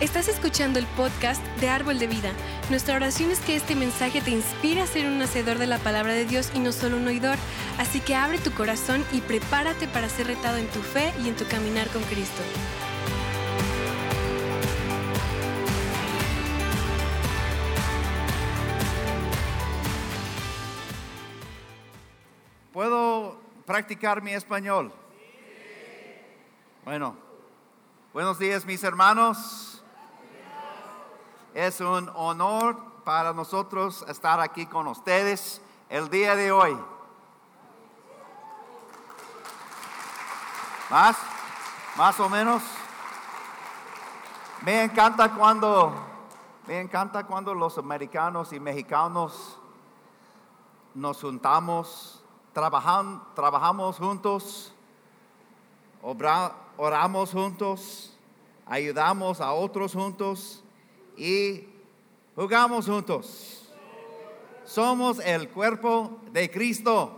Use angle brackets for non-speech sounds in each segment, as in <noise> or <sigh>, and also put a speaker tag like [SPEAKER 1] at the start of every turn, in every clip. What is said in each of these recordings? [SPEAKER 1] Estás escuchando el podcast de Árbol de Vida. Nuestra oración es que este mensaje te inspire a ser un hacedor de la palabra de Dios y no solo un oidor. Así que abre tu corazón y prepárate para ser retado en tu fe y en tu caminar con Cristo.
[SPEAKER 2] ¿Puedo practicar mi español? Bueno, buenos días mis hermanos. Es un honor para nosotros estar aquí con ustedes el día de hoy. ¿Más? ¿Más o menos? Me encanta cuando, me encanta cuando los americanos y mexicanos nos juntamos, trabajan- trabajamos juntos, obra- oramos juntos, ayudamos a otros juntos y jugamos juntos. Somos el cuerpo de Cristo.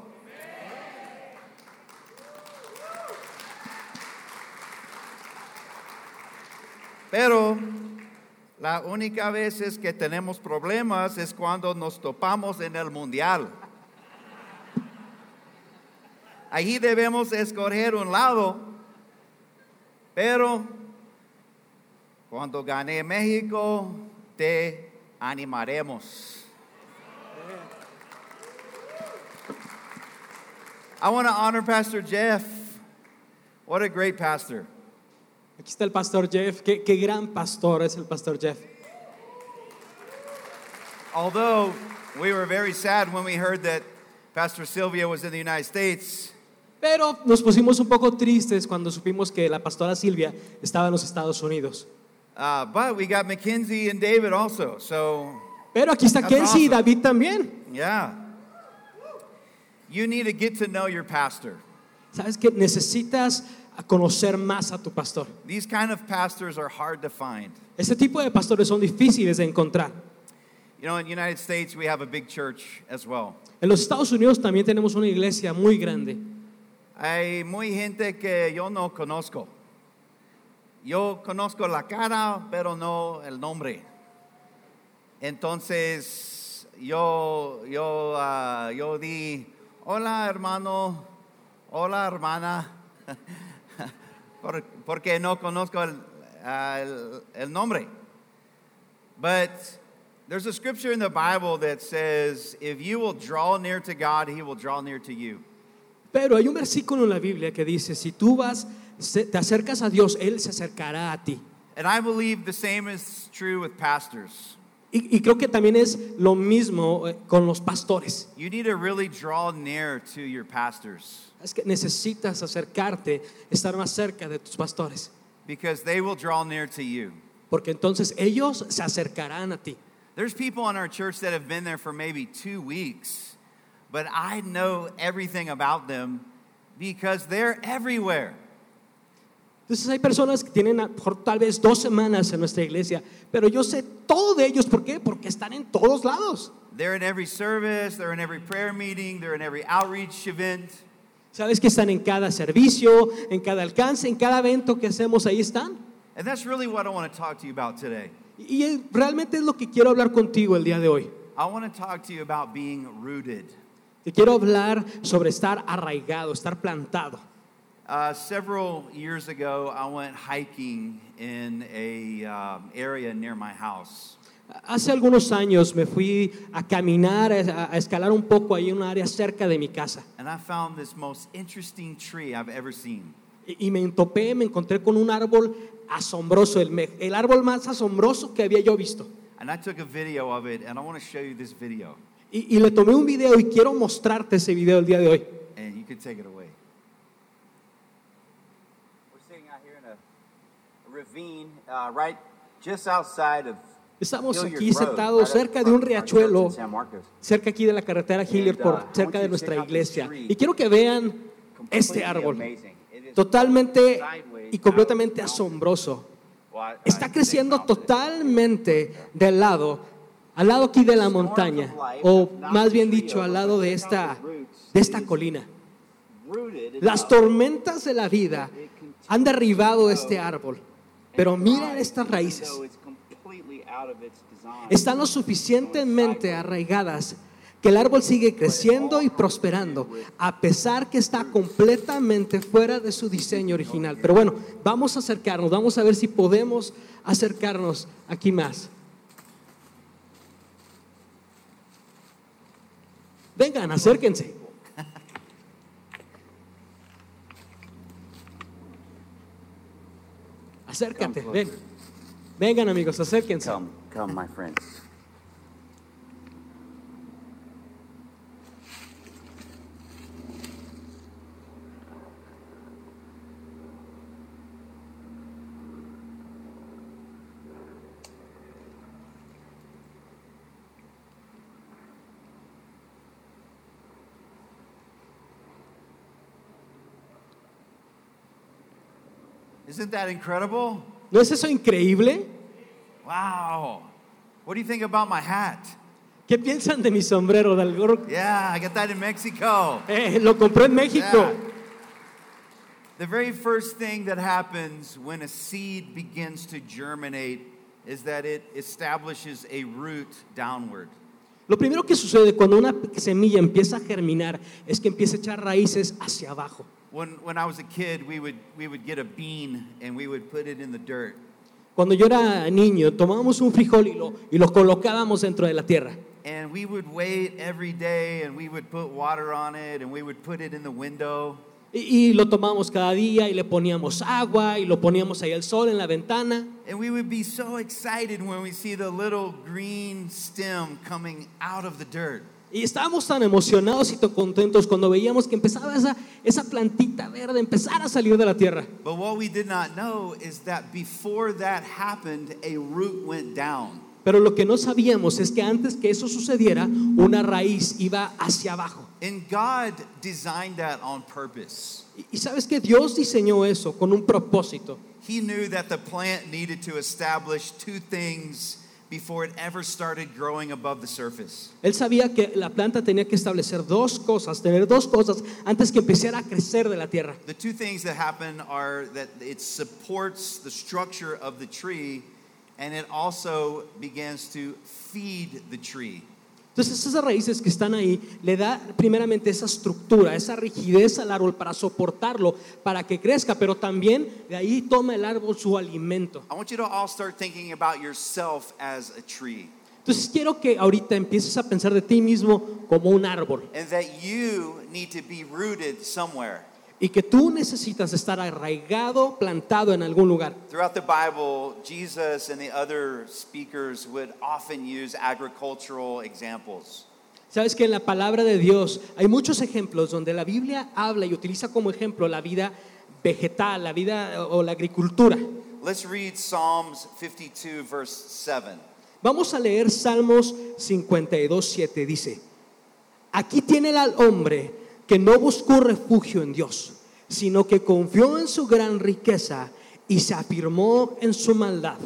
[SPEAKER 2] Pero la única vez es que tenemos problemas es cuando nos topamos en el mundial. Allí debemos escoger un lado, pero cuando gane México te animaremos. I want to honor Pastor Jeff. What a great pastor.
[SPEAKER 3] Aquí está el pastor Jeff. Qué, qué gran pastor es el pastor Jeff.
[SPEAKER 2] Although we were very sad when we heard that Pastor Sylvia was in the United States,
[SPEAKER 3] Pero nos pusimos un poco tristes cuando supimos que la pastora Silvia estaba en los Estados Unidos.
[SPEAKER 2] uh, but we got Mackenzie and David also. So,
[SPEAKER 3] Pero aquí está
[SPEAKER 2] That's
[SPEAKER 3] Kenzie y
[SPEAKER 2] awesome.
[SPEAKER 3] David también.
[SPEAKER 2] yeah. You need to get to know your pastor.
[SPEAKER 3] Sabes que necesitas conocer más a tu pastor.
[SPEAKER 2] These kind of pastors are hard to find.
[SPEAKER 3] Este tipo de pastores son difíciles de encontrar.
[SPEAKER 2] You know, in the United States, we have a big church as well.
[SPEAKER 3] En los Estados Unidos también tenemos una iglesia muy grande.
[SPEAKER 2] Hay muy gente que yo no conozco. Yo conozco la cara, pero no el nombre. Entonces yo, yo, ah, yo di, hola hermano, hola hermana, <laughs> por- porque no conozco el, ah, el- el nombre. But there's a scripture in the Bible that says, if you will draw near to God, he will draw near to you.
[SPEAKER 3] Pero hay un versículo en la Biblia que dice, si tú vas, se- te acercas a Dios, Él se acercará a ti.
[SPEAKER 2] And I believe the same is true with pastors.
[SPEAKER 3] Y, y creo que también es lo mismo eh, con los pastores.
[SPEAKER 2] You need to really draw near to your pastors
[SPEAKER 3] Es que necesitas acercarte, estar más cerca de tus pastores,
[SPEAKER 2] because they will draw near to you.
[SPEAKER 3] porque entonces ellos se acercarán a ti.
[SPEAKER 2] There's people in our church that have been there for maybe two weeks, but I know everything about them because they're everywhere.
[SPEAKER 3] Entonces hay personas que tienen a lo mejor tal vez dos semanas en nuestra iglesia, pero yo sé todo de ellos. ¿Por qué? Porque están en todos lados.
[SPEAKER 2] They're in every service, they're in every prayer meeting, they're in every outreach event.
[SPEAKER 3] Sabes que están en cada servicio, en cada alcance, en cada evento que hacemos, ahí están.
[SPEAKER 2] And that's really what I want to talk to you about today.
[SPEAKER 3] Y es- realmente es lo que quiero hablar contigo el día de hoy.
[SPEAKER 2] I want to talk to you about being rooted.
[SPEAKER 3] Te quiero hablar sobre estar arraigado, estar plantado.
[SPEAKER 2] Uh, several years ago, I went hiking in a um, area near my house,
[SPEAKER 3] Hace algunos años me fui a caminar, a, a escalar un poco ahí en un área cerca de mi casa
[SPEAKER 2] and I found this most interesting tree I've ever seen.
[SPEAKER 3] y, y me entopé, me encontré con un árbol asombroso, el, me- el árbol más asombroso que había yo visto.
[SPEAKER 2] And I took a video of it, and I want to show you this video,
[SPEAKER 3] Y, y le tomé un video y quiero mostrarte ese video el día de hoy.
[SPEAKER 2] and you can take it away.
[SPEAKER 4] We're sitting out here in a ravine, uh, right just outside of.
[SPEAKER 3] Estamos
[SPEAKER 4] Hilliard
[SPEAKER 3] aquí
[SPEAKER 4] Road, right
[SPEAKER 3] sentados
[SPEAKER 4] up
[SPEAKER 3] cerca
[SPEAKER 4] front
[SPEAKER 3] de
[SPEAKER 4] of
[SPEAKER 3] un
[SPEAKER 4] our church
[SPEAKER 3] riachuelo,
[SPEAKER 4] in San Marcos.
[SPEAKER 3] cerca aquí de la carretera Hilliard,
[SPEAKER 4] And, uh,
[SPEAKER 3] por
[SPEAKER 4] I want
[SPEAKER 3] cerca
[SPEAKER 4] you
[SPEAKER 3] de
[SPEAKER 4] to
[SPEAKER 3] nuestra
[SPEAKER 4] check out this
[SPEAKER 3] iglesia.
[SPEAKER 4] tree.
[SPEAKER 3] Y quiero que vean
[SPEAKER 4] Completely
[SPEAKER 3] este árbol,
[SPEAKER 4] amazing. It is
[SPEAKER 3] totalmente
[SPEAKER 4] sideways
[SPEAKER 3] y completamente
[SPEAKER 4] out of the mountain.
[SPEAKER 3] asombroso.
[SPEAKER 4] Well, I- I
[SPEAKER 3] está
[SPEAKER 4] think
[SPEAKER 3] creciendo
[SPEAKER 4] mountain.
[SPEAKER 3] totalmente del lado, al lado aquí de la montaña, o más bien dicho, al lado de esta, de esta colina.
[SPEAKER 4] Rooted
[SPEAKER 3] Las tormentas de la vida han derribado este árbol Pero
[SPEAKER 5] And
[SPEAKER 3] mira
[SPEAKER 5] pride,
[SPEAKER 3] estas
[SPEAKER 5] even
[SPEAKER 3] raíces.
[SPEAKER 5] though it's completely out of its design,
[SPEAKER 3] Están lo suficientemente arraigadas que el árbol sigue creciendo y prosperando, a pesar que está completamente fuera de su diseño original. Pero bueno, vamos a acercarnos, vamos a ver si podemos acercarnos aquí más. Vengan, acérquense. Acércate, ven. Vengan amigos, acérquense.
[SPEAKER 5] Come, come, my friends.
[SPEAKER 2] Isn't that incredible?
[SPEAKER 3] ¿No es eso increíble?
[SPEAKER 2] Wow. What do you think about my hat?
[SPEAKER 3] ¿Qué piensan de mi sombrero del gorro?
[SPEAKER 2] Yeah, I got that in Mexico.
[SPEAKER 3] Eh, lo compré en México.
[SPEAKER 2] Yeah. The very first thing that happens when a seed begins to germinate is that it establishes a root downward.
[SPEAKER 3] Lo primero que sucede cuando una semilla empieza a germinar es que empieza a echar raíces hacia abajo.
[SPEAKER 2] When, when I was a kid, we would, we would get a bean and we would put it in the dirt.
[SPEAKER 3] Cuando yo era niño, tomábamos un frijol y lo, y lo colocábamos dentro de la tierra.
[SPEAKER 2] And we would wait every day and we would put water on it and we would put it in the window.
[SPEAKER 3] Y, y lo tomábamos cada día y le poníamos agua y lo poníamos ahí al sol en la ventana.
[SPEAKER 2] And we would be so excited when we see the little green stem coming out of the dirt.
[SPEAKER 3] Y estábamos tan emocionados y tan contentos cuando veíamos que empezaba esa, esa plantita verde a empezar a salir de la tierra.
[SPEAKER 2] But what we did not know is that before that happened, a root went down.
[SPEAKER 3] Pero lo que no sabíamos es que antes que eso sucediera, una raíz iba hacia abajo.
[SPEAKER 2] And God designed that on purpose.
[SPEAKER 3] Y- Y sabes que Dios diseñó eso con un propósito.
[SPEAKER 2] He knew that the plant needed to establish two things before it ever started growing above the surface.
[SPEAKER 3] Él sabía que la planta tenía que establecer dos cosas, tener dos cosas antes que empezara a crecer de la tierra.
[SPEAKER 2] The two things that happen are that it supports the structure of the tree and it also begins to feed the tree.
[SPEAKER 3] Entonces esas raíces que están ahí le da primeramente esa estructura, esa rigidez al árbol para soportarlo, para que crezca, pero también de ahí toma el árbol su alimento.
[SPEAKER 2] I want you to all start thinking about yourself as a tree
[SPEAKER 3] Entonces quiero que ahorita empieces a pensar de ti mismo como un árbol.
[SPEAKER 2] and that you need to be rooted somewhere.
[SPEAKER 3] y que tú necesitas estar arraigado, plantado en algún lugar.
[SPEAKER 2] Throughout the Bible, Jesus and the other speakers would often use agricultural examples.
[SPEAKER 3] Sabes que en la palabra de Dios hay muchos ejemplos donde la Biblia habla y utiliza como ejemplo la vida vegetal, la vida o la agricultura.
[SPEAKER 2] Let's read Psalms 52, verse 7.
[SPEAKER 3] Vamos a leer Salmos 52.7, dice, aquí tiene al hombre que no buscó refugio en Dios, sino que confió en su gran riqueza y se afirmó en su maldad.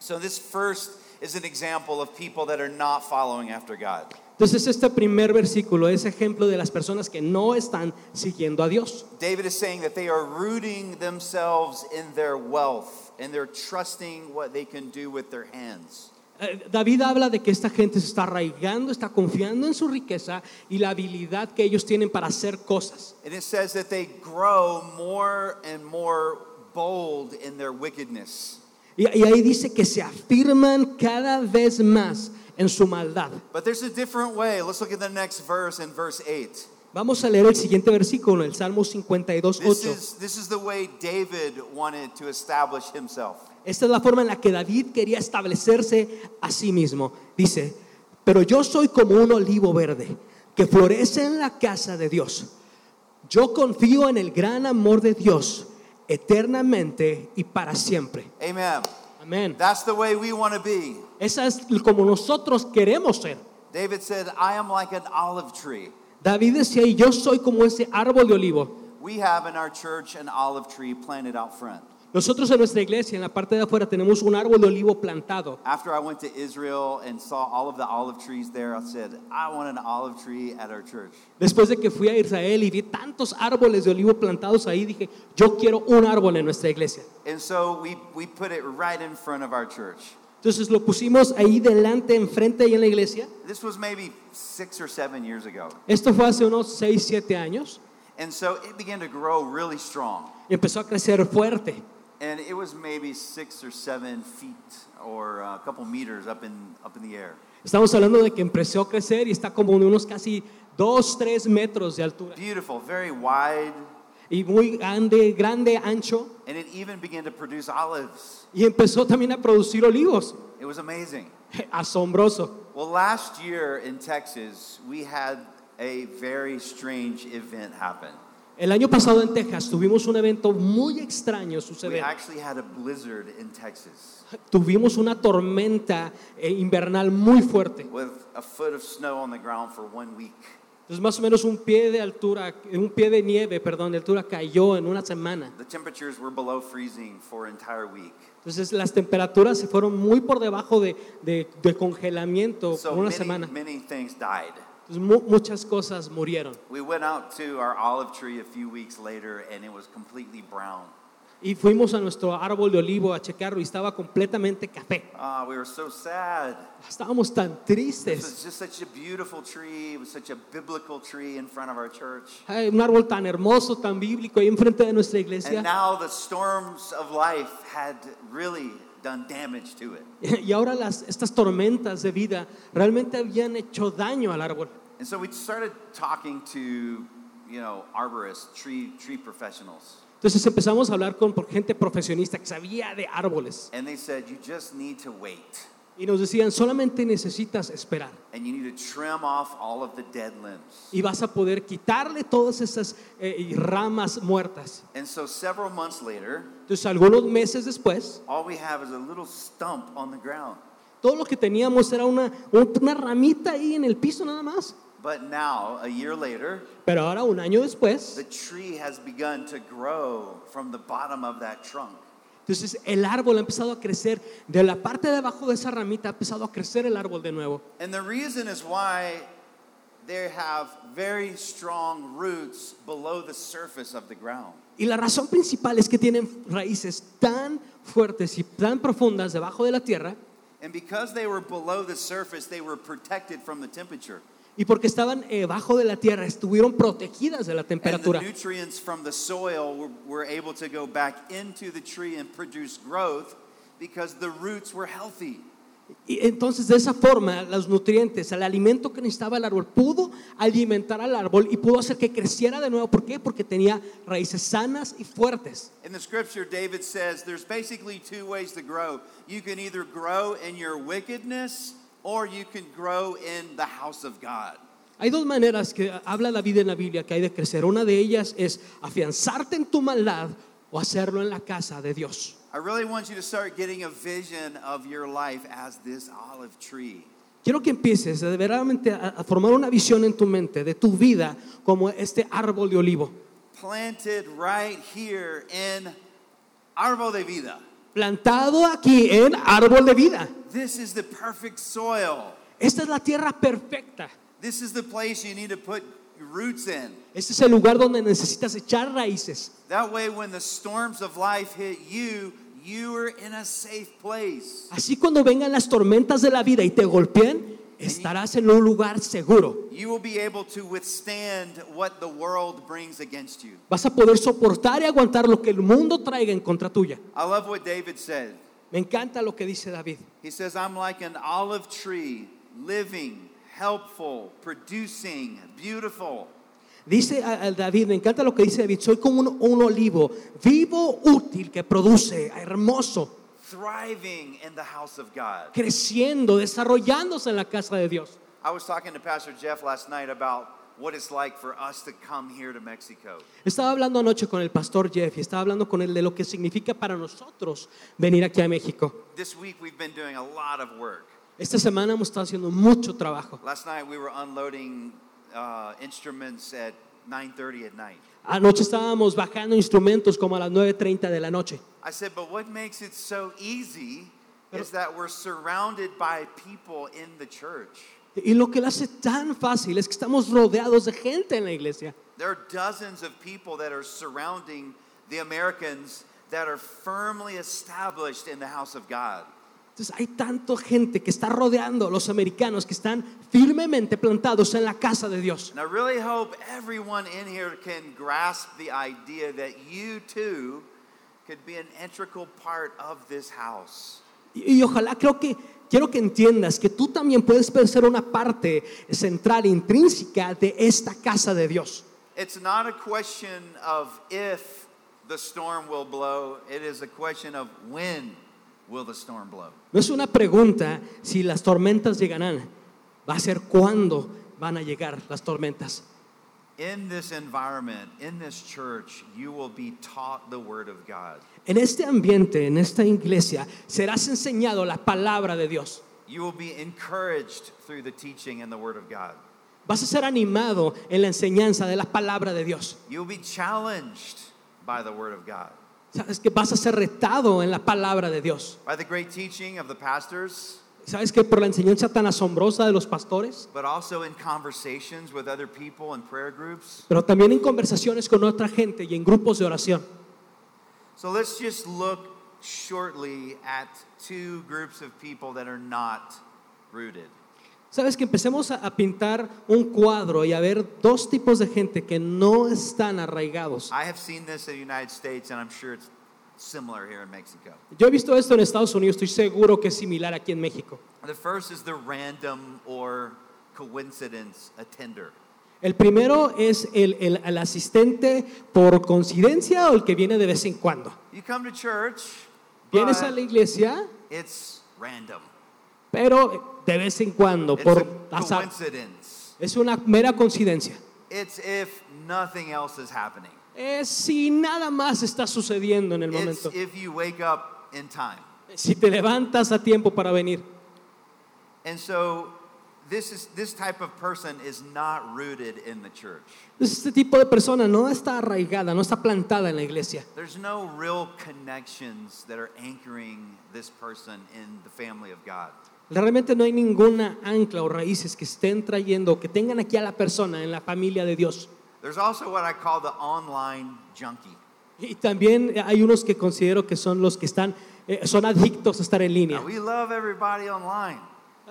[SPEAKER 2] So, this first is an example of people that are not following after God.
[SPEAKER 3] Entonces este primer versículo es ejemplo de las personas que no están siguiendo a Dios.
[SPEAKER 2] David is saying that they are rooting themselves in their wealth and they're trusting what they can do with their hands.
[SPEAKER 3] Eh, David habla de que esta gente se está arraigando, está confiando en su riqueza y la habilidad que ellos tienen para hacer cosas.
[SPEAKER 2] And it says that they grow more and more bold in their wickedness.
[SPEAKER 3] Y, y ahí dice que se afirman cada vez más en su maldad.
[SPEAKER 2] But there's a different way. Let's look at the next verse in verse 8.
[SPEAKER 3] Vamos a leer el siguiente versículo, el Salmo 52,
[SPEAKER 2] This
[SPEAKER 3] 8.
[SPEAKER 2] is, this is the way David wanted to establish himself.
[SPEAKER 3] Esta es la forma en la que David quería establecerse a sí mismo. Dice, pero yo soy como un olivo verde que florece en la casa de Dios. Yo confío en el gran amor de Dios eternamente y para siempre.
[SPEAKER 2] Amen.
[SPEAKER 3] Amén.
[SPEAKER 2] That's the way we want to be.
[SPEAKER 3] Esa es como nosotros queremos ser.
[SPEAKER 2] David said, I am like an olive tree.
[SPEAKER 3] David decía, y yo soy como ese árbol de olivo.
[SPEAKER 2] We have in our church an olive tree planted out front.
[SPEAKER 3] Nosotros en nuestra iglesia, en la parte de afuera, tenemos un árbol de olivo plantado.
[SPEAKER 2] After I went to Israel and saw all of the olive trees there, I said, I want an olive tree at our church.
[SPEAKER 3] Después de que fui a Israel y vi tantos árboles de olivo plantados ahí, dije, yo quiero un árbol en nuestra iglesia.
[SPEAKER 2] And so we, we put it right in front of our church.
[SPEAKER 3] Entonces lo pusimos ahí delante, enfrente ahí en la iglesia.
[SPEAKER 2] This was maybe six or seven years ago.
[SPEAKER 3] Esto fue hace unos 6, 7 años.
[SPEAKER 2] And so it began to grow really strong.
[SPEAKER 3] Y empezó a crecer fuerte.
[SPEAKER 2] And it was maybe six or seven feet or a couple meters up in, up in the air.
[SPEAKER 3] Estamos hablando de que empezó a crecer y está como de unos casi 2, 3 metros de altura.
[SPEAKER 2] Beautiful, very wide.
[SPEAKER 3] Y muy grande, grande, ancho.
[SPEAKER 2] And it even began to produce olives.
[SPEAKER 3] Y empezó también a producir olivos. <laughs>
[SPEAKER 2] It was amazing.
[SPEAKER 3] Asombroso.
[SPEAKER 2] Well, last year in Texas, we had a very strange event happen.
[SPEAKER 3] El año pasado en Texas tuvimos un evento muy
[SPEAKER 2] We
[SPEAKER 3] extraño suceder.
[SPEAKER 2] actually had a blizzard in Texas
[SPEAKER 3] Tuvimos una tormenta eh, invernal muy fuerte.
[SPEAKER 2] with a foot of snow on the ground for one week.
[SPEAKER 3] Entonces más o menos un pie de altura, un pie de nieve, perdón, de altura cayó en una semana.
[SPEAKER 2] The temperatures were below freezing for an entire week.
[SPEAKER 3] Entonces las temperaturas se fueron muy por debajo de, de- de congelamiento
[SPEAKER 2] So
[SPEAKER 3] por una
[SPEAKER 2] many,
[SPEAKER 3] semana.
[SPEAKER 2] many things died.
[SPEAKER 3] Entonces, mu- muchas cosas murieron.
[SPEAKER 2] We went out to our olive tree a few weeks later and it was completely brown.
[SPEAKER 3] Y fuimos a nuestro árbol de olivo a checarlo y estaba completamente café.
[SPEAKER 2] Ah, we were so sad.
[SPEAKER 3] Estábamos tan
[SPEAKER 2] It
[SPEAKER 3] tristes.
[SPEAKER 2] was just such a beautiful tree. It was such a biblical tree in front of our church.
[SPEAKER 3] Ay, un árbol tan hermoso, tan bíblico ahí enfrente de nuestra
[SPEAKER 2] And
[SPEAKER 3] iglesia.
[SPEAKER 2] now the storms of life had really done damage to it.
[SPEAKER 3] <laughs> Y ahora las, estas tormentas de vida realmente habían hecho daño al árbol.
[SPEAKER 2] And so we started talking to, you know, arborists, tree tree professionals.
[SPEAKER 3] Entonces empezamos a hablar con por gente profesionista que sabía de árboles.
[SPEAKER 2] And they said you just need to wait
[SPEAKER 3] Y nos decían, solamente necesitas esperar.
[SPEAKER 2] and you need to trim off all of the dead limbs.
[SPEAKER 3] Y vas a poder quitarle todas esas eh, y ramas muertas.
[SPEAKER 2] And so several months later,
[SPEAKER 3] Entonces algunos meses después,
[SPEAKER 2] all we have is a little stump on the ground.
[SPEAKER 3] todo lo que teníamos era una, una ramita ahí en el piso nada más.
[SPEAKER 2] But now, a year later,
[SPEAKER 3] Pero ahora, un año
[SPEAKER 2] the
[SPEAKER 3] después,
[SPEAKER 2] tree has begun to grow from the bottom of that trunk.
[SPEAKER 3] entonces el árbol ha empezado a crecer. De la parte de abajo de esa ramita ha empezado a crecer el árbol de nuevo.
[SPEAKER 2] And the reason is why they have very strong roots below the surface of the ground.
[SPEAKER 3] Y la razón principal es que tienen raíces tan fuertes y tan profundas debajo de la tierra.
[SPEAKER 2] And because they were below the surface, they were protected from the temperature.
[SPEAKER 3] Y porque estaban eh, bajo de la tierra, estuvieron protegidas de la
[SPEAKER 2] And the
[SPEAKER 3] temperatura.
[SPEAKER 2] nutrients from the soil were, were able to go back into the tree and produce growth because the roots were healthy.
[SPEAKER 3] Y entonces de esa forma los nutrientes, el alimento que necesitaba el árbol, pudo alimentar al árbol y pudo hacer que creciera de nuevo. ¿Por qué? Porque tenía raíces sanas y fuertes.
[SPEAKER 2] In the scripture, David says there's basically two ways to grow. You can either grow in your wickedness or you can grow in the house of God.
[SPEAKER 3] Hay dos maneras que habla la vida en la Biblia que hay de crecer. Una de ellas es afianzarte en tu maldad o hacerlo en la casa de Dios.
[SPEAKER 2] I really want you to start getting a vision of your life as this olive tree.
[SPEAKER 3] Quiero que empieces de verdaderamente a, a formar una visión en tu mente de tu vida como este árbol de olivo,
[SPEAKER 2] planted right here in Arbo de Vida.
[SPEAKER 3] plantado aquí en árbol de vida.
[SPEAKER 2] This is the perfect soil.
[SPEAKER 3] Esta es la tierra perfecta.
[SPEAKER 2] This is the place you need to put roots in.
[SPEAKER 3] Este es el lugar donde necesitas echar raíces.
[SPEAKER 2] That way, when the storms of life hit you, you are in a safe place.
[SPEAKER 3] Así cuando vengan las tormentas de la vida y te golpeen, estarás en un lugar seguro.
[SPEAKER 2] You will be able to withstand what the world brings against you.
[SPEAKER 3] Vas a poder soportar y aguantar lo que el mundo traiga en contra tuya.
[SPEAKER 2] I love what David said.
[SPEAKER 3] Me encanta lo que dice David.
[SPEAKER 2] He says, I'm like an olive tree, living, helpful, producing, beautiful.
[SPEAKER 3] Dice a- a David, me encanta lo que dice David, soy como un, un olivo vivo, útil, que produce, hermoso,
[SPEAKER 2] thriving in the house of God.
[SPEAKER 3] creciendo, desarrollándose en la casa de Dios.
[SPEAKER 2] I was talking to Pastor Jeff last night about what it's like for us to come here to Mexico.
[SPEAKER 3] Estaba hablando anoche con el pastor Jeff y estaba hablando con él de lo que significa para nosotros venir aquí a México.
[SPEAKER 2] This week we've been doing a lot of work.
[SPEAKER 3] Esta semana hemos estado haciendo mucho trabajo.
[SPEAKER 2] Last night we were unloading uh, instruments at 9:30 at night.
[SPEAKER 3] Anoche estábamos bajando instrumentos como a las 9.30 de la noche.
[SPEAKER 2] I said, but what makes it so easy is that we're surrounded by people in the church.
[SPEAKER 3] Y lo que lo hace tan fácil es que estamos rodeados de gente en la iglesia.
[SPEAKER 2] There are dozens of people that are surrounding the Americans that are firmly established in the house of God.
[SPEAKER 3] Entonces hay tanta gente que está rodeando a los americanos que están firmemente plantados en la casa de Dios.
[SPEAKER 2] And I really hope everyone in here can grasp the idea that you too could be an integral part of this house.
[SPEAKER 3] Y, y ojalá creo que quiero que entiendas que tú también puedes ser una parte central, intrínseca de esta casa de Dios.
[SPEAKER 2] It's not a question of if the storm will blow, it is a question of when will the storm blow.
[SPEAKER 3] No es una pregunta si las tormentas llegarán, va a ser cuándo van a llegar las tormentas.
[SPEAKER 2] In this environment, in this church, you will be taught the Word of God.
[SPEAKER 3] En este ambiente, en esta iglesia, serás enseñado la palabra de Dios.
[SPEAKER 2] You will be encouraged through the teaching and the Word of God.
[SPEAKER 3] Vas a ser animado en la enseñanza de la palabra de Dios.
[SPEAKER 2] You will be challenged by the Word of God,
[SPEAKER 3] Sabes que vas a ser retado en la palabra de Dios.
[SPEAKER 2] by the great teaching of the pastors,
[SPEAKER 3] Sabes que por la enseñanza tan asombrosa de los pastores,
[SPEAKER 2] but also in conversations with other people in prayer groups.
[SPEAKER 3] pero también en conversaciones con otra gente y en grupos de oración.
[SPEAKER 2] So let's just look shortly at two groups of people that are not rooted.
[SPEAKER 3] Sabes que empecemos a, a pintar un cuadro y a ver dos tipos de gente que no están arraigados.
[SPEAKER 2] I have seen this in the United States, and I'm sure it's similar here in Mexico.
[SPEAKER 3] Yo he visto esto en Estados Unidos, estoy seguro que es similar aquí en México.
[SPEAKER 2] The first is the random or coincidence attender.
[SPEAKER 3] El primero es el, el- el asistente por coincidencia o el que viene de vez en cuando.
[SPEAKER 2] You come to church,
[SPEAKER 3] Vienes a la
[SPEAKER 2] but
[SPEAKER 3] iglesia,
[SPEAKER 2] it's random.
[SPEAKER 3] pero de vez en cuando,
[SPEAKER 2] It's a
[SPEAKER 3] por azar.
[SPEAKER 2] coincidence.
[SPEAKER 3] Es una mera coincidencia.
[SPEAKER 2] It's if nothing else is happening.
[SPEAKER 3] Es si nada más está sucediendo en el
[SPEAKER 2] It's
[SPEAKER 3] momento.
[SPEAKER 2] if you wake up in time.
[SPEAKER 3] Si te levantas a tiempo para venir.
[SPEAKER 2] And so this is this type of person is not rooted in the church.
[SPEAKER 3] Este tipo de persona no está arraigada, no está plantada en la iglesia.
[SPEAKER 2] There's no real connections that are anchoring this person in the family of God.
[SPEAKER 3] Realmente no hay ninguna ancla o raíces que estén trayendo, que tengan aquí a la persona en la familia de Dios.
[SPEAKER 2] There's also what I call the online junkie.
[SPEAKER 3] Y también hay unos que considero que son los que están, eh, son adictos a estar en
[SPEAKER 2] Now,
[SPEAKER 3] línea.
[SPEAKER 2] we love everybody online,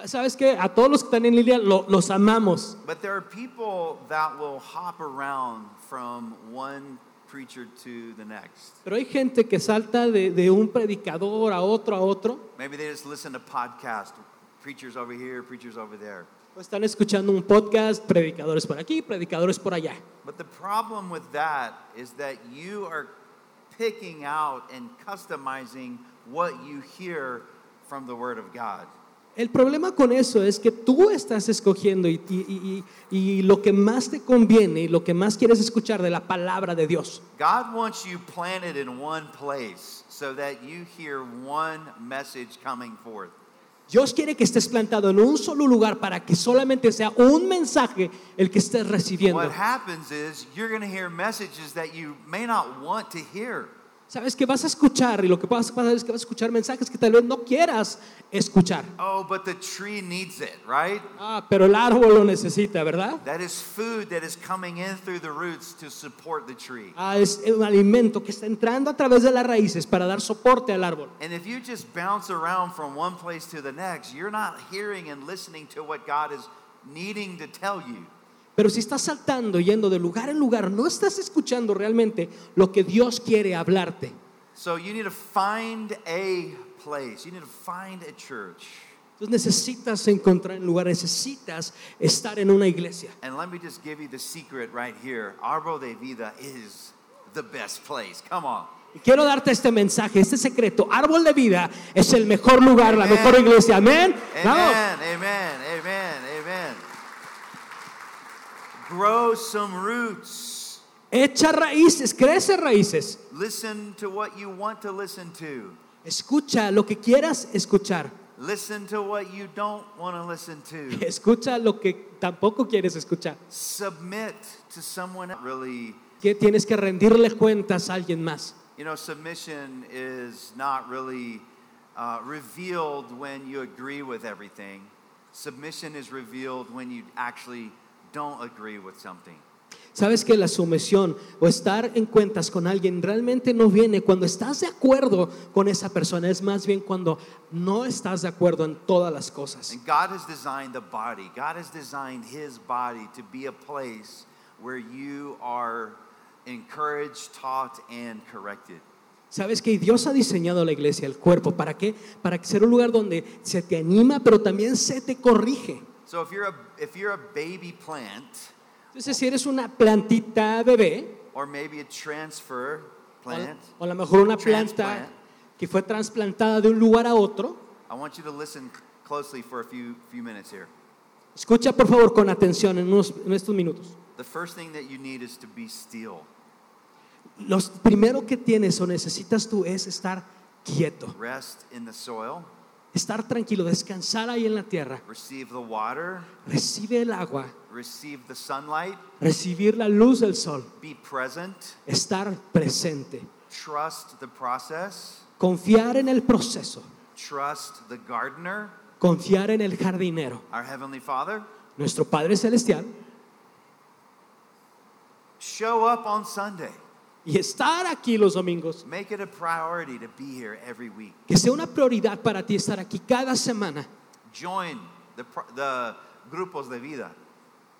[SPEAKER 3] Sabes que a todos los que están en línea lo- los amamos,
[SPEAKER 2] but there are people that will hop around from one preacher to the next.
[SPEAKER 3] pero hay gente que salta de, de un predicador a otro a otro,
[SPEAKER 2] Maybe they just listen to podcasts, preachers over here, preachers over there.
[SPEAKER 3] o están escuchando un podcast, predicadores por aquí, predicadores por allá.
[SPEAKER 2] But the problem with that is that you are picking out and customizing what you hear from the Word of God.
[SPEAKER 3] El problema con eso es que tú estás escogiendo y, y- y- y lo que más te conviene y lo que más quieres escuchar de la palabra de Dios.
[SPEAKER 2] God wants you planted in one place so that you hear one message coming forth.
[SPEAKER 3] Dios quiere que estés plantado en un solo lugar para que solamente sea un mensaje el que estés recibiendo.
[SPEAKER 2] What happens is you're going to hear messages that you may not want to hear.
[SPEAKER 3] Sabes que vas a escuchar y lo que vas a pasar es que vas a escuchar mensajes que tal vez no quieras escuchar.
[SPEAKER 2] Oh, but the tree needs it, right?
[SPEAKER 3] Ah, pero el árbol lo necesita, ¿verdad?
[SPEAKER 2] That is food that is coming in through the roots to support the tree.
[SPEAKER 3] Ah, es un alimento que está entrando a través de las raíces para dar soporte al árbol.
[SPEAKER 2] And if you just bounce around from one place to the next, you're not hearing and listening to what God is needing to tell you.
[SPEAKER 3] Pero si estás saltando, yendo de lugar en lugar, no estás escuchando realmente lo que Dios quiere hablarte.
[SPEAKER 2] So you need to find a place, you need to find a church.
[SPEAKER 3] Entonces necesitas encontrar un lugar, necesitas estar en una iglesia.
[SPEAKER 2] And let me just give you the secret right here Arbo de Vida is the best place. Come on.
[SPEAKER 3] Y Quiero darte este mensaje, este secreto. Árbol de vida es el mejor lugar, la
[SPEAKER 2] Amén.
[SPEAKER 3] mejor iglesia. Amén. Vamos.
[SPEAKER 2] Amen, amen, amen, amen. Grow some roots.
[SPEAKER 3] Echa raíces, crece raíces.
[SPEAKER 2] Listen to what you want to listen to.
[SPEAKER 3] Escucha lo que quieras escuchar.
[SPEAKER 2] Listen to what you don't want to listen to.
[SPEAKER 3] Escucha lo que tampoco quieres escuchar.
[SPEAKER 2] Submit to someone really
[SPEAKER 3] que tienes que rendirle cuentas a alguien más.
[SPEAKER 2] You know, submission is not really uh, revealed when you agree with everything. Submission is revealed when you actually don't agree with something.
[SPEAKER 3] Sabes que la sumisión o estar en cuentas con alguien realmente no viene cuando estás de acuerdo con esa persona, es más bien cuando no estás de acuerdo en todas las cosas.
[SPEAKER 2] And God has designed the body, God has designed His body to be a place where you are encouraged, taught, and corrected.
[SPEAKER 3] Sabes que Dios ha diseñado la iglesia, el cuerpo, ¿para qué? Para que sea un lugar donde se te anima, pero también se te corrige.
[SPEAKER 2] So if you're a, if you're a baby plant,
[SPEAKER 3] Entonces, si eres una plantita bebé,
[SPEAKER 2] or maybe a transfer
[SPEAKER 3] o,
[SPEAKER 2] plant,
[SPEAKER 3] o a lo mejor una planta
[SPEAKER 2] Transplant.
[SPEAKER 3] que fue trasplantada de un lugar a otro,
[SPEAKER 2] I want you to listen closely for a few, few minutes here.
[SPEAKER 3] escucha por favor con atención en, unos- en estos minutos.
[SPEAKER 2] The first thing that you need is to be still,
[SPEAKER 3] Los primero que tienes o necesitas tú es estar quieto,
[SPEAKER 2] rest in the soil,
[SPEAKER 3] estar tranquilo, descansar ahí en la tierra,
[SPEAKER 2] receive the water,
[SPEAKER 3] recibe el agua,
[SPEAKER 2] receive the sunlight,
[SPEAKER 3] recibir la luz del sol,
[SPEAKER 2] be present,
[SPEAKER 3] estar presente,
[SPEAKER 2] trust the process,
[SPEAKER 3] confiar en el proceso,
[SPEAKER 2] trust the gardener,
[SPEAKER 3] confiar en el jardinero,
[SPEAKER 2] our Heavenly Father.
[SPEAKER 3] nuestro Padre Celestial,
[SPEAKER 2] Show up on Sunday.
[SPEAKER 3] y estar aquí los domingos.
[SPEAKER 2] Make it a priority to be here every week.
[SPEAKER 3] Que sea una prioridad para ti estar aquí cada semana.
[SPEAKER 2] Join the, pro- the grupos de vida.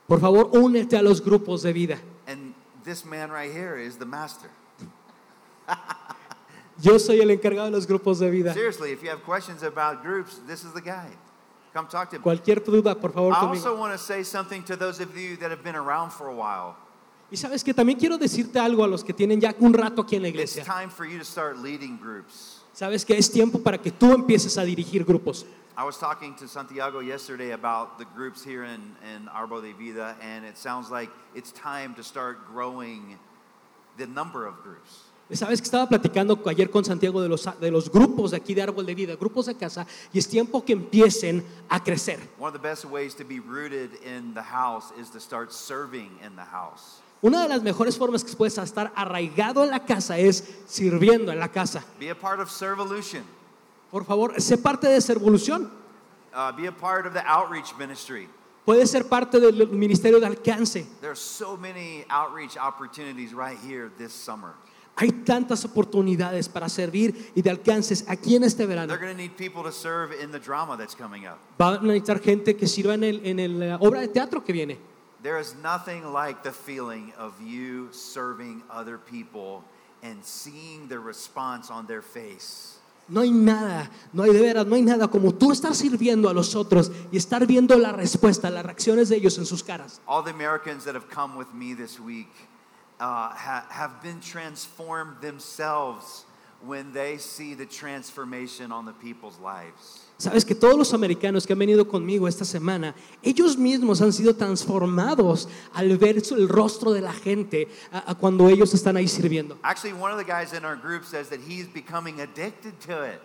[SPEAKER 3] Por favor, únete a los grupos de vida.
[SPEAKER 2] And this man right here is the master.
[SPEAKER 3] Yo soy el encargado de los grupos de vida.
[SPEAKER 2] Seriously, if you have questions about groups, this is the guy. Come talk to him.
[SPEAKER 3] Cualquier duda, por favor,
[SPEAKER 2] I
[SPEAKER 3] conmigo.
[SPEAKER 2] also want to say something to those of you that have been around for a while.
[SPEAKER 3] Y sabes que también quiero decirte algo a los que tienen ya un rato aquí en la
[SPEAKER 2] It's
[SPEAKER 3] iglesia.
[SPEAKER 2] time for you to start leading groups.
[SPEAKER 3] Sabes que es tiempo para que tú empieces a dirigir grupos.
[SPEAKER 2] I was talking to Santiago yesterday about the groups here in, in Arbo de Vida, and it sounds like it's time to start growing the number of groups.
[SPEAKER 3] Sabes que estaba platicando ayer con Santiago de los, de los grupos de aquí de Árbol de Vida, grupos de casa, y es tiempo que empiecen a crecer.
[SPEAKER 2] One of the best ways to be rooted in the house is to start serving in the house.
[SPEAKER 3] Una de las mejores formas que puedes estar arraigado en la casa es sirviendo en la casa.
[SPEAKER 2] Be a part of Servolution,
[SPEAKER 3] Por favor, sé parte de esa evolución.
[SPEAKER 2] uh, be a part of the outreach ministry.
[SPEAKER 3] Puedes ser parte del ministerio de alcance.
[SPEAKER 2] There are so many outreach opportunities right here this summer.
[SPEAKER 3] Hay tantas oportunidades para servir y de alcances aquí en este verano.
[SPEAKER 2] They're going to need people to serve in the drama that's coming up.
[SPEAKER 3] Va a necesitar gente que sirva en, el, en el, la obra de teatro que viene.
[SPEAKER 2] There is nothing like the feeling of you serving other people and seeing the response on their face.
[SPEAKER 3] No hay nada, no hay de veras, no hay nada como tú estar sirviendo a los otros y estar viendo la respuesta, las reacciones de ellos en sus caras.
[SPEAKER 2] All the Americans that have come with me this week uh, ha- have been transformed themselves when they see the transformation on the people's lives.
[SPEAKER 3] Sabes que todos los americanos que han venido conmigo esta semana, ellos mismos han sido transformados al ver su- el rostro de la gente a- a cuando ellos están ahí sirviendo.
[SPEAKER 2] Actually, one of the guys in our group says that he's becoming addicted to it.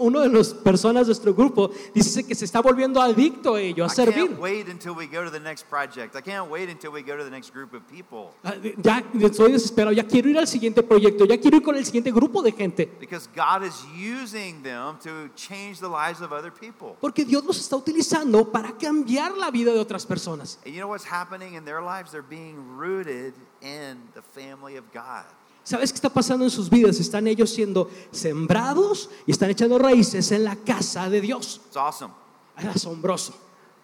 [SPEAKER 3] Uno de las personas de nuestro grupo dice que se está volviendo adicto a ello, a
[SPEAKER 2] I
[SPEAKER 3] servir.
[SPEAKER 2] can't wait until we go to the next project. I can't wait until we go to the next group of people
[SPEAKER 3] Ah, Ya estoy desesperado, ya quiero ir al siguiente proyecto, ya quiero ir con el siguiente grupo de gente.
[SPEAKER 2] because God is using them to change the lives of other people.
[SPEAKER 3] Porque Dios los está utilizando para cambiar la vida de otras personas.
[SPEAKER 2] And you know what's happening in their lives? They're being rooted in the family of God.
[SPEAKER 3] ¿Sabes qué está pasando en sus vidas? Están ellos siendo sembrados y están echando raíces en la casa de Dios.
[SPEAKER 2] It's awesome.
[SPEAKER 3] Es asombroso.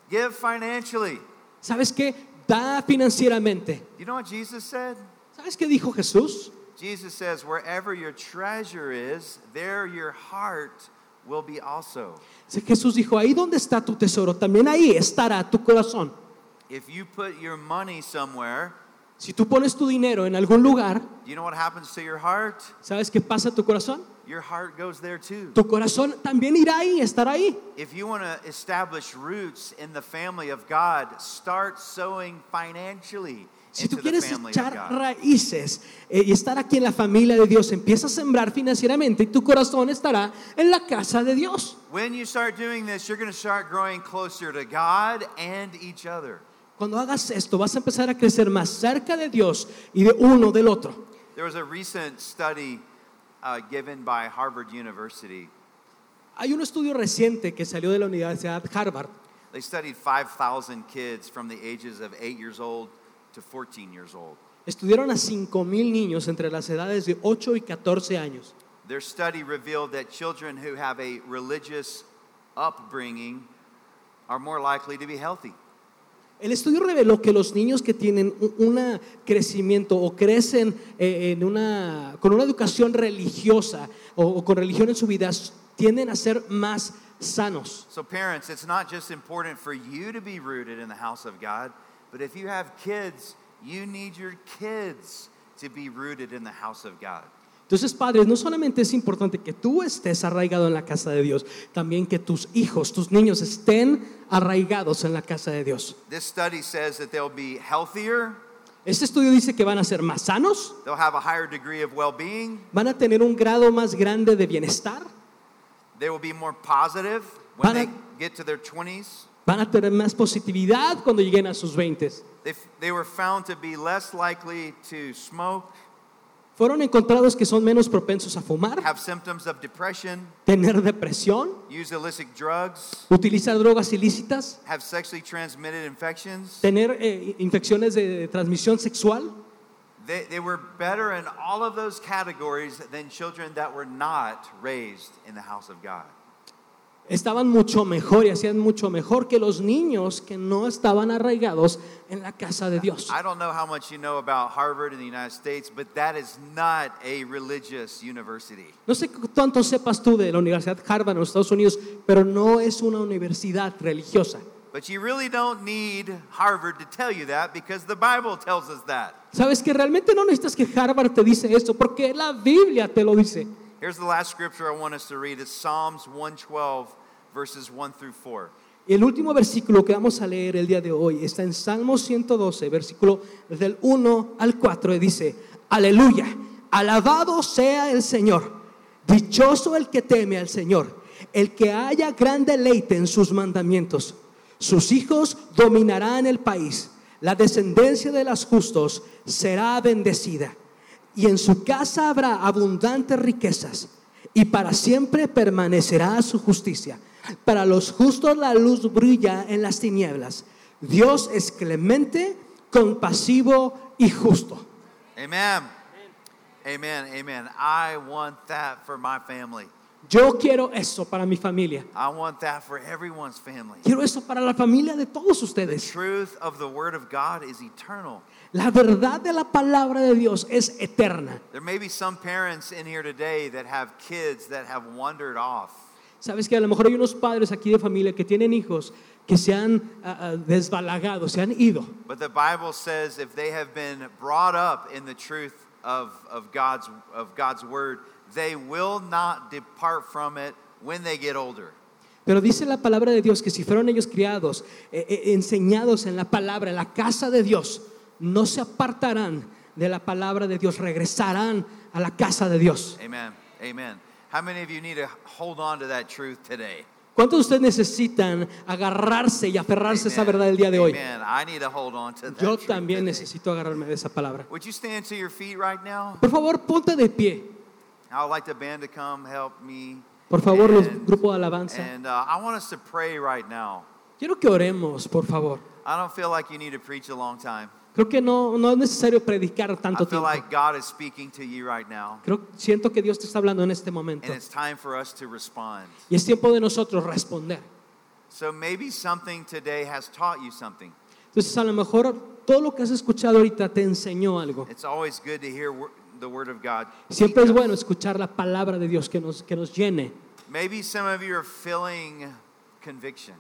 [SPEAKER 2] Give financially.
[SPEAKER 3] ¿Sabes qué? Da financieramente.
[SPEAKER 2] You know what Jesus said?
[SPEAKER 3] ¿Sabes qué dijo Jesús?
[SPEAKER 2] Jesus says, wherever your treasure is, there your heart will be also.
[SPEAKER 3] Sí, Jesús dijo, ahí donde está tu tesoro, también ahí estará tu corazón.
[SPEAKER 2] If you put your money somewhere,
[SPEAKER 3] Si tú pones tu dinero en algún lugar,
[SPEAKER 2] you know what happens to your heart?
[SPEAKER 3] ¿sabes qué pasa a tu corazón?
[SPEAKER 2] Your heart goes there too.
[SPEAKER 3] Tu corazón también irá ahí, estará ahí.
[SPEAKER 2] If you want to establish roots in the family of God, start sowing financially
[SPEAKER 3] Si
[SPEAKER 2] into the
[SPEAKER 3] tú quieres
[SPEAKER 2] family of
[SPEAKER 3] echar
[SPEAKER 2] God.
[SPEAKER 3] raíces eh, y estar aquí en la familia de Dios, empieza a sembrar financieramente y tu corazón estará en la casa de Dios.
[SPEAKER 2] When you start doing this, you're going to start growing closer to God and each other.
[SPEAKER 3] Cuando hagas esto, vas a empezar a crecer más cerca de Dios y de uno del otro.
[SPEAKER 2] There was a recent study uh, given by Harvard University.
[SPEAKER 3] Hay un estudio reciente que salió de la Universidad Harvard
[SPEAKER 2] They studied 5,000 kids from the ages of 8 years old to 14 years old.
[SPEAKER 3] Estudiaron a 5.000 niños entre las edades de 8 y 14 años.
[SPEAKER 2] Their study revealed that children who have a religious upbringing are more likely to be healthy.
[SPEAKER 3] El estudio reveló que los niños que tienen un una crecimiento o crecen eh, en una, con una educación religiosa o, o con religión en su vida s- tienden a ser más sanos.
[SPEAKER 2] So, parents, it's not just important for you to be rooted in the house of God, but if you have kids, you need your kids to be rooted in the house of God.
[SPEAKER 3] Entonces, padres, no solamente es importante que tú estés arraigado en la casa de Dios, también que tus hijos, tus niños estén arraigados en la casa de Dios.
[SPEAKER 2] This study says that they'll be healthier,
[SPEAKER 3] Este estudio dice que van a ser más sanos,
[SPEAKER 2] they'll have a higher degree of well being,
[SPEAKER 3] van a tener un grado más grande de bienestar,
[SPEAKER 2] they will be more positive when
[SPEAKER 3] Para-
[SPEAKER 2] they get to their 20s.
[SPEAKER 3] van a tener más positividad cuando lleguen a sus 20.
[SPEAKER 2] They, f- they were found to be less likely to smoke,
[SPEAKER 3] Fueron encontrados que son menos propensos a fumar,
[SPEAKER 2] have symptoms of depression,
[SPEAKER 3] tener depresión,
[SPEAKER 2] use illicit drugs,
[SPEAKER 3] utilizar drogas ilícitas,
[SPEAKER 2] have sexually transmitted infections.
[SPEAKER 3] tener eh, infecciones de transmisión sexual.
[SPEAKER 2] They, they were better in all of those categories than children that were not raised in the house of God.
[SPEAKER 3] Estaban mucho mejor y hacían mucho mejor que los niños que no estaban arraigados en la casa de Dios.
[SPEAKER 2] I don't know how much you know about Harvard in the United States, but that is not a religious university.
[SPEAKER 3] No sé cuánto sepas tú de la Universidad Harvard en los Estados Unidos, pero no es una universidad religiosa.
[SPEAKER 2] But you really don't need Harvard to tell you that because the Bible tells us that.
[SPEAKER 3] Sabes que realmente no necesitas que Harvard te dice esto, porque la Biblia te lo dice.
[SPEAKER 2] Here's the last scripture I want us to read. It's Psalms 112, verses 1 through 4.
[SPEAKER 3] El último versículo que vamos a leer el día de hoy está en Salmo 112, versículo del 1 al 4, y dice, aleluya, alabado sea el Señor, dichoso el que teme al Señor, el que haya gran deleite en sus mandamientos. Sus hijos dominarán el país, la descendencia de los justos será bendecida, y en su casa habrá abundantes riquezas y para siempre permanecerá su justicia. Para los justos la luz brilla en las tinieblas. Dios es clemente, compasivo y justo.
[SPEAKER 2] Amen. Amen. Amen. I want that for my family.
[SPEAKER 3] Yo quiero eso para mi familia.
[SPEAKER 2] I want that for everyone's family.
[SPEAKER 3] Quiero eso para la familia de todos ustedes.
[SPEAKER 2] Truth of the Word of God is eternal.
[SPEAKER 3] La verdad de la palabra de Dios es eterna.
[SPEAKER 2] There may be some parents in here today that have kids that have wandered off.
[SPEAKER 3] Sabes que a lo mejor hay unos padres aquí de familia que tienen hijos que se han ah, ah, desbalagado, se han ido.
[SPEAKER 2] But the Bible says if they have been brought up in the truth of, of, God's, of God's word, they will not depart from it when they get older.
[SPEAKER 3] Pero dice la palabra de Dios que si fueron ellos criados, eh, eh, enseñados en la palabra, en la casa de Dios, no se apartarán de la palabra de Dios, regresarán a la casa de Dios.
[SPEAKER 2] Amen. Amen. How many of you need to hold on to that truth today?
[SPEAKER 3] ¿Cuántos de ustedes necesitan agarrarse y aferrarse a esa verdad el día de hoy?
[SPEAKER 2] Amen. I need to hold on to that.
[SPEAKER 3] Yo
[SPEAKER 2] truth
[SPEAKER 3] también
[SPEAKER 2] today.
[SPEAKER 3] necesito agarrarme de esa palabra.
[SPEAKER 2] Would you stand to your feet right now?
[SPEAKER 3] Por favor, ponte de pie.
[SPEAKER 2] I would like the band to come help me.
[SPEAKER 3] Por favor, los
[SPEAKER 2] And-
[SPEAKER 3] grupo de alabanza.
[SPEAKER 2] And uh, I want us to pray right now.
[SPEAKER 3] Quiero que oremos, por favor.
[SPEAKER 2] I don't feel like you need to preach a long time.
[SPEAKER 3] Creo que no, no es necesario predicar
[SPEAKER 2] I
[SPEAKER 3] tanto
[SPEAKER 2] feel
[SPEAKER 3] tiempo.
[SPEAKER 2] like God is speaking to you right now.
[SPEAKER 3] Creo, siento que Dios te está hablando en este momento.
[SPEAKER 2] And it's time for us to respond.
[SPEAKER 3] Y es tiempo de nosotros responder.
[SPEAKER 2] So maybe something today has taught you something.
[SPEAKER 3] Entonces a lo mejor todo lo que has escuchado ahorita te enseñó algo.
[SPEAKER 2] It's always good to hear wor- the word of God.
[SPEAKER 3] Siempre es bueno escuchar la palabra de Dios que nos, que nos llene.
[SPEAKER 2] Maybe some of you are feeling conviction.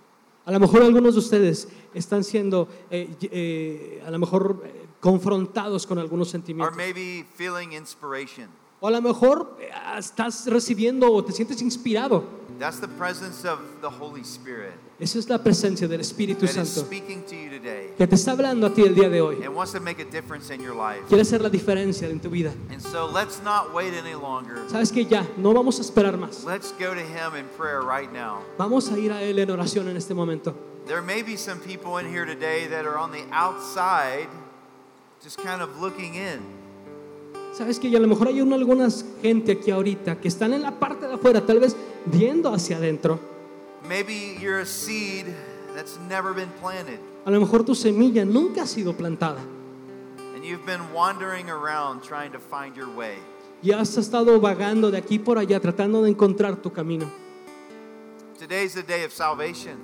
[SPEAKER 3] A lo mejor algunos de ustedes están siendo, eh, y- eh, a lo mejor, eh, confrontados con algunos
[SPEAKER 2] Or
[SPEAKER 3] sentimientos.
[SPEAKER 2] maybe feeling inspiration.
[SPEAKER 3] O a lo mejor eh, estás recibiendo o te sientes inspirado.
[SPEAKER 2] That's the presence of the Holy Spirit
[SPEAKER 3] Esa es la presencia del Espíritu
[SPEAKER 2] that is
[SPEAKER 3] Santo
[SPEAKER 2] speaking to you today
[SPEAKER 3] que te está hablando a ti el día de hoy.
[SPEAKER 2] and wants to make a difference in your life.
[SPEAKER 3] Quiere hacer la diferencia en tu vida.
[SPEAKER 2] And so let's not wait any longer.
[SPEAKER 3] Sabes que ya, no vamos a esperar más.
[SPEAKER 2] Let's go to Him in prayer right now.
[SPEAKER 3] Vamos a ir a Él en oración en este momento.
[SPEAKER 2] There may be some people in here today that are on the outside, just kind of looking in.
[SPEAKER 3] Sabes que a lo mejor hay un- algunas gente aquí ahorita que están en la parte de afuera, tal vez viendo hacia adentro.
[SPEAKER 2] Maybe you're a seed that's never been planted,
[SPEAKER 3] A lo mejor tu semilla nunca ha sido plantada
[SPEAKER 2] and you've been wandering around trying to find your way.
[SPEAKER 3] y has estado vagando de aquí por allá tratando de encontrar tu camino.
[SPEAKER 2] Today's the day of salvation.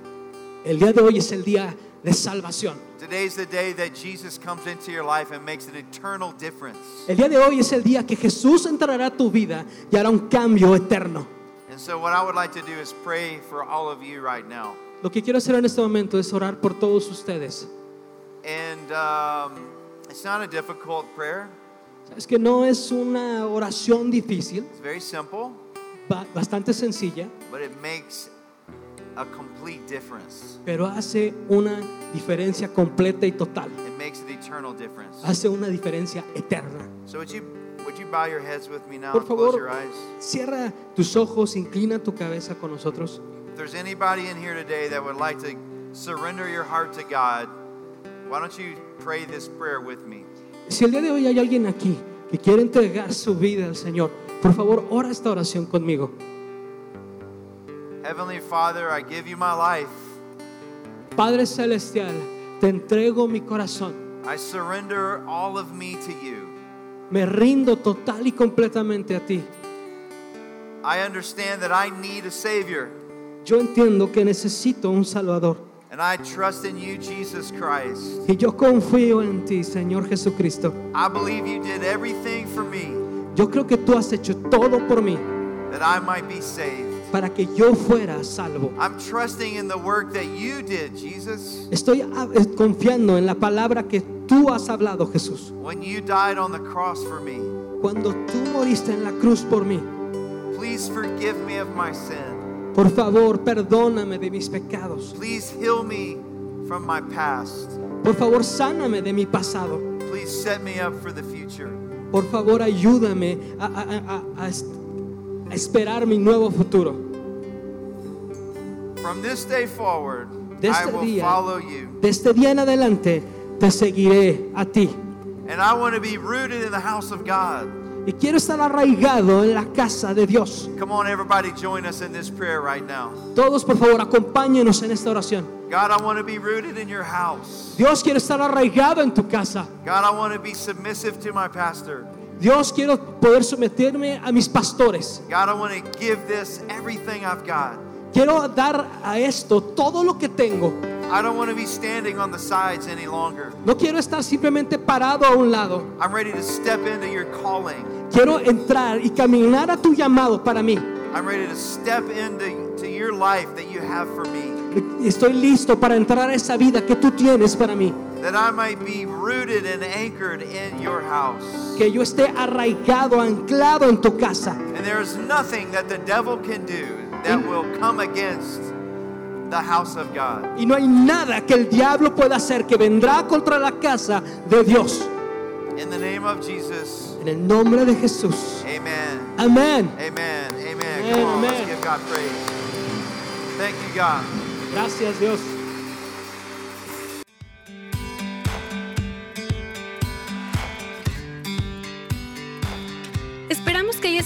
[SPEAKER 3] El día de hoy es el día de salvación.
[SPEAKER 2] Today's the day that Jesus comes into your life and makes an eternal difference.
[SPEAKER 3] El día de hoy es el día que Jesús entrará a tu vida y hará un cambio eterno.
[SPEAKER 2] And so, what I would like to do is pray for all of you right now.
[SPEAKER 3] Lo que quiero hacer en este momento es orar por todos ustedes.
[SPEAKER 2] And um, it's not a difficult prayer,
[SPEAKER 3] Sabes que no es una oración difícil,
[SPEAKER 2] it's very simple,
[SPEAKER 3] ba- bastante sencilla,
[SPEAKER 2] but it makes a complete difference.
[SPEAKER 3] pero hace una diferencia completa y total.
[SPEAKER 2] It makes an eternal difference.
[SPEAKER 3] Hace una diferencia eterna.
[SPEAKER 2] So, would you, would you bow your heads with me now
[SPEAKER 3] Por
[SPEAKER 2] and close
[SPEAKER 3] favor,
[SPEAKER 2] your eyes?
[SPEAKER 3] cierra tus ojos, inclina tu cabeza con nosotros.
[SPEAKER 2] If there's anybody in here today that would like to surrender your heart to God, why don't you pray this prayer with me?
[SPEAKER 3] Si el día de hoy hay alguien aquí que quiere entregar su vida al Señor, por favor, ora esta oración conmigo.
[SPEAKER 2] Heavenly Father, I give you my life.
[SPEAKER 3] Padre Celestial, te entrego mi corazón.
[SPEAKER 2] I surrender all of me to you.
[SPEAKER 3] Me rindo total y completamente a ti.
[SPEAKER 2] I understand that I need a Savior,
[SPEAKER 3] Yo entiendo que necesito un Salvador.
[SPEAKER 2] and I trust in you, Jesus Christ.
[SPEAKER 3] Y yo confío en ti, Señor Jesucristo.
[SPEAKER 2] I believe you did everything for me
[SPEAKER 3] Yo creo que tú has hecho todo por mí
[SPEAKER 2] that I might be saved.
[SPEAKER 3] para que yo fuera salvo.
[SPEAKER 2] I'm trusting in the work that you did, Jesus.
[SPEAKER 3] Estoy ah, eh, confiando en la palabra que tú has hablado, Jesús.
[SPEAKER 2] When you died on the cross for me,
[SPEAKER 3] Cuando tú moriste en la cruz por mí,
[SPEAKER 2] please forgive me of my sin.
[SPEAKER 3] por favor, perdóname de mis pecados.
[SPEAKER 2] Please heal me from my past.
[SPEAKER 3] Por favor, sáname de mi pasado.
[SPEAKER 2] Please set me up for the future.
[SPEAKER 3] Por favor, ayúdame a, a- a- a- a est- a esperar mi nuevo futuro.
[SPEAKER 2] From this day forward,
[SPEAKER 3] De
[SPEAKER 2] I
[SPEAKER 3] este
[SPEAKER 2] will
[SPEAKER 3] día-
[SPEAKER 2] follow you.
[SPEAKER 3] De este día en adelante, te seguiré a ti.
[SPEAKER 2] And I want to be rooted in the house of God.
[SPEAKER 3] Y quiero estar arraigado en la casa de Dios.
[SPEAKER 2] Come on, everybody, join us in this prayer right now.
[SPEAKER 3] Todos, por favor, acompáñenos en esta oración.
[SPEAKER 2] God, I want to be rooted in your house.
[SPEAKER 3] Dios quiere estar arraigado en tu casa.
[SPEAKER 2] God, I want to be submissive to my pastor.
[SPEAKER 3] Dios quiero poder someterme a mis pastores.
[SPEAKER 2] God, I want to give this everything I've got.
[SPEAKER 3] Quiero dar a esto todo lo que tengo.
[SPEAKER 2] I don't want to be standing on the sides any longer.
[SPEAKER 3] No quiero estar simplemente parado a un lado.
[SPEAKER 2] I'm ready to step into your calling.
[SPEAKER 3] Quiero entrar y caminar a tu llamado para mí.
[SPEAKER 2] I'm ready to step into to your life that you have for me,
[SPEAKER 3] Estoy listo para entrar a esa vida que tú tienes para mí.
[SPEAKER 2] that I might be rooted and anchored in your house.
[SPEAKER 3] Que yo esté arraigado, anclado en tu casa.
[SPEAKER 2] And there is nothing that the devil can do that will come against the house of God.
[SPEAKER 3] Y no hay nada que el diablo pueda hacer que vendrá contra la casa de Dios.
[SPEAKER 2] In the name of Jesus,
[SPEAKER 3] En el nombre de Jesús.
[SPEAKER 2] amen.
[SPEAKER 3] Amén.
[SPEAKER 2] Amen. Amen.
[SPEAKER 3] Amen,
[SPEAKER 2] Come on,
[SPEAKER 3] amen.
[SPEAKER 2] let's give God praise. Thank you, God.
[SPEAKER 3] Gracias Dios.
[SPEAKER 1] Esperamos que hayas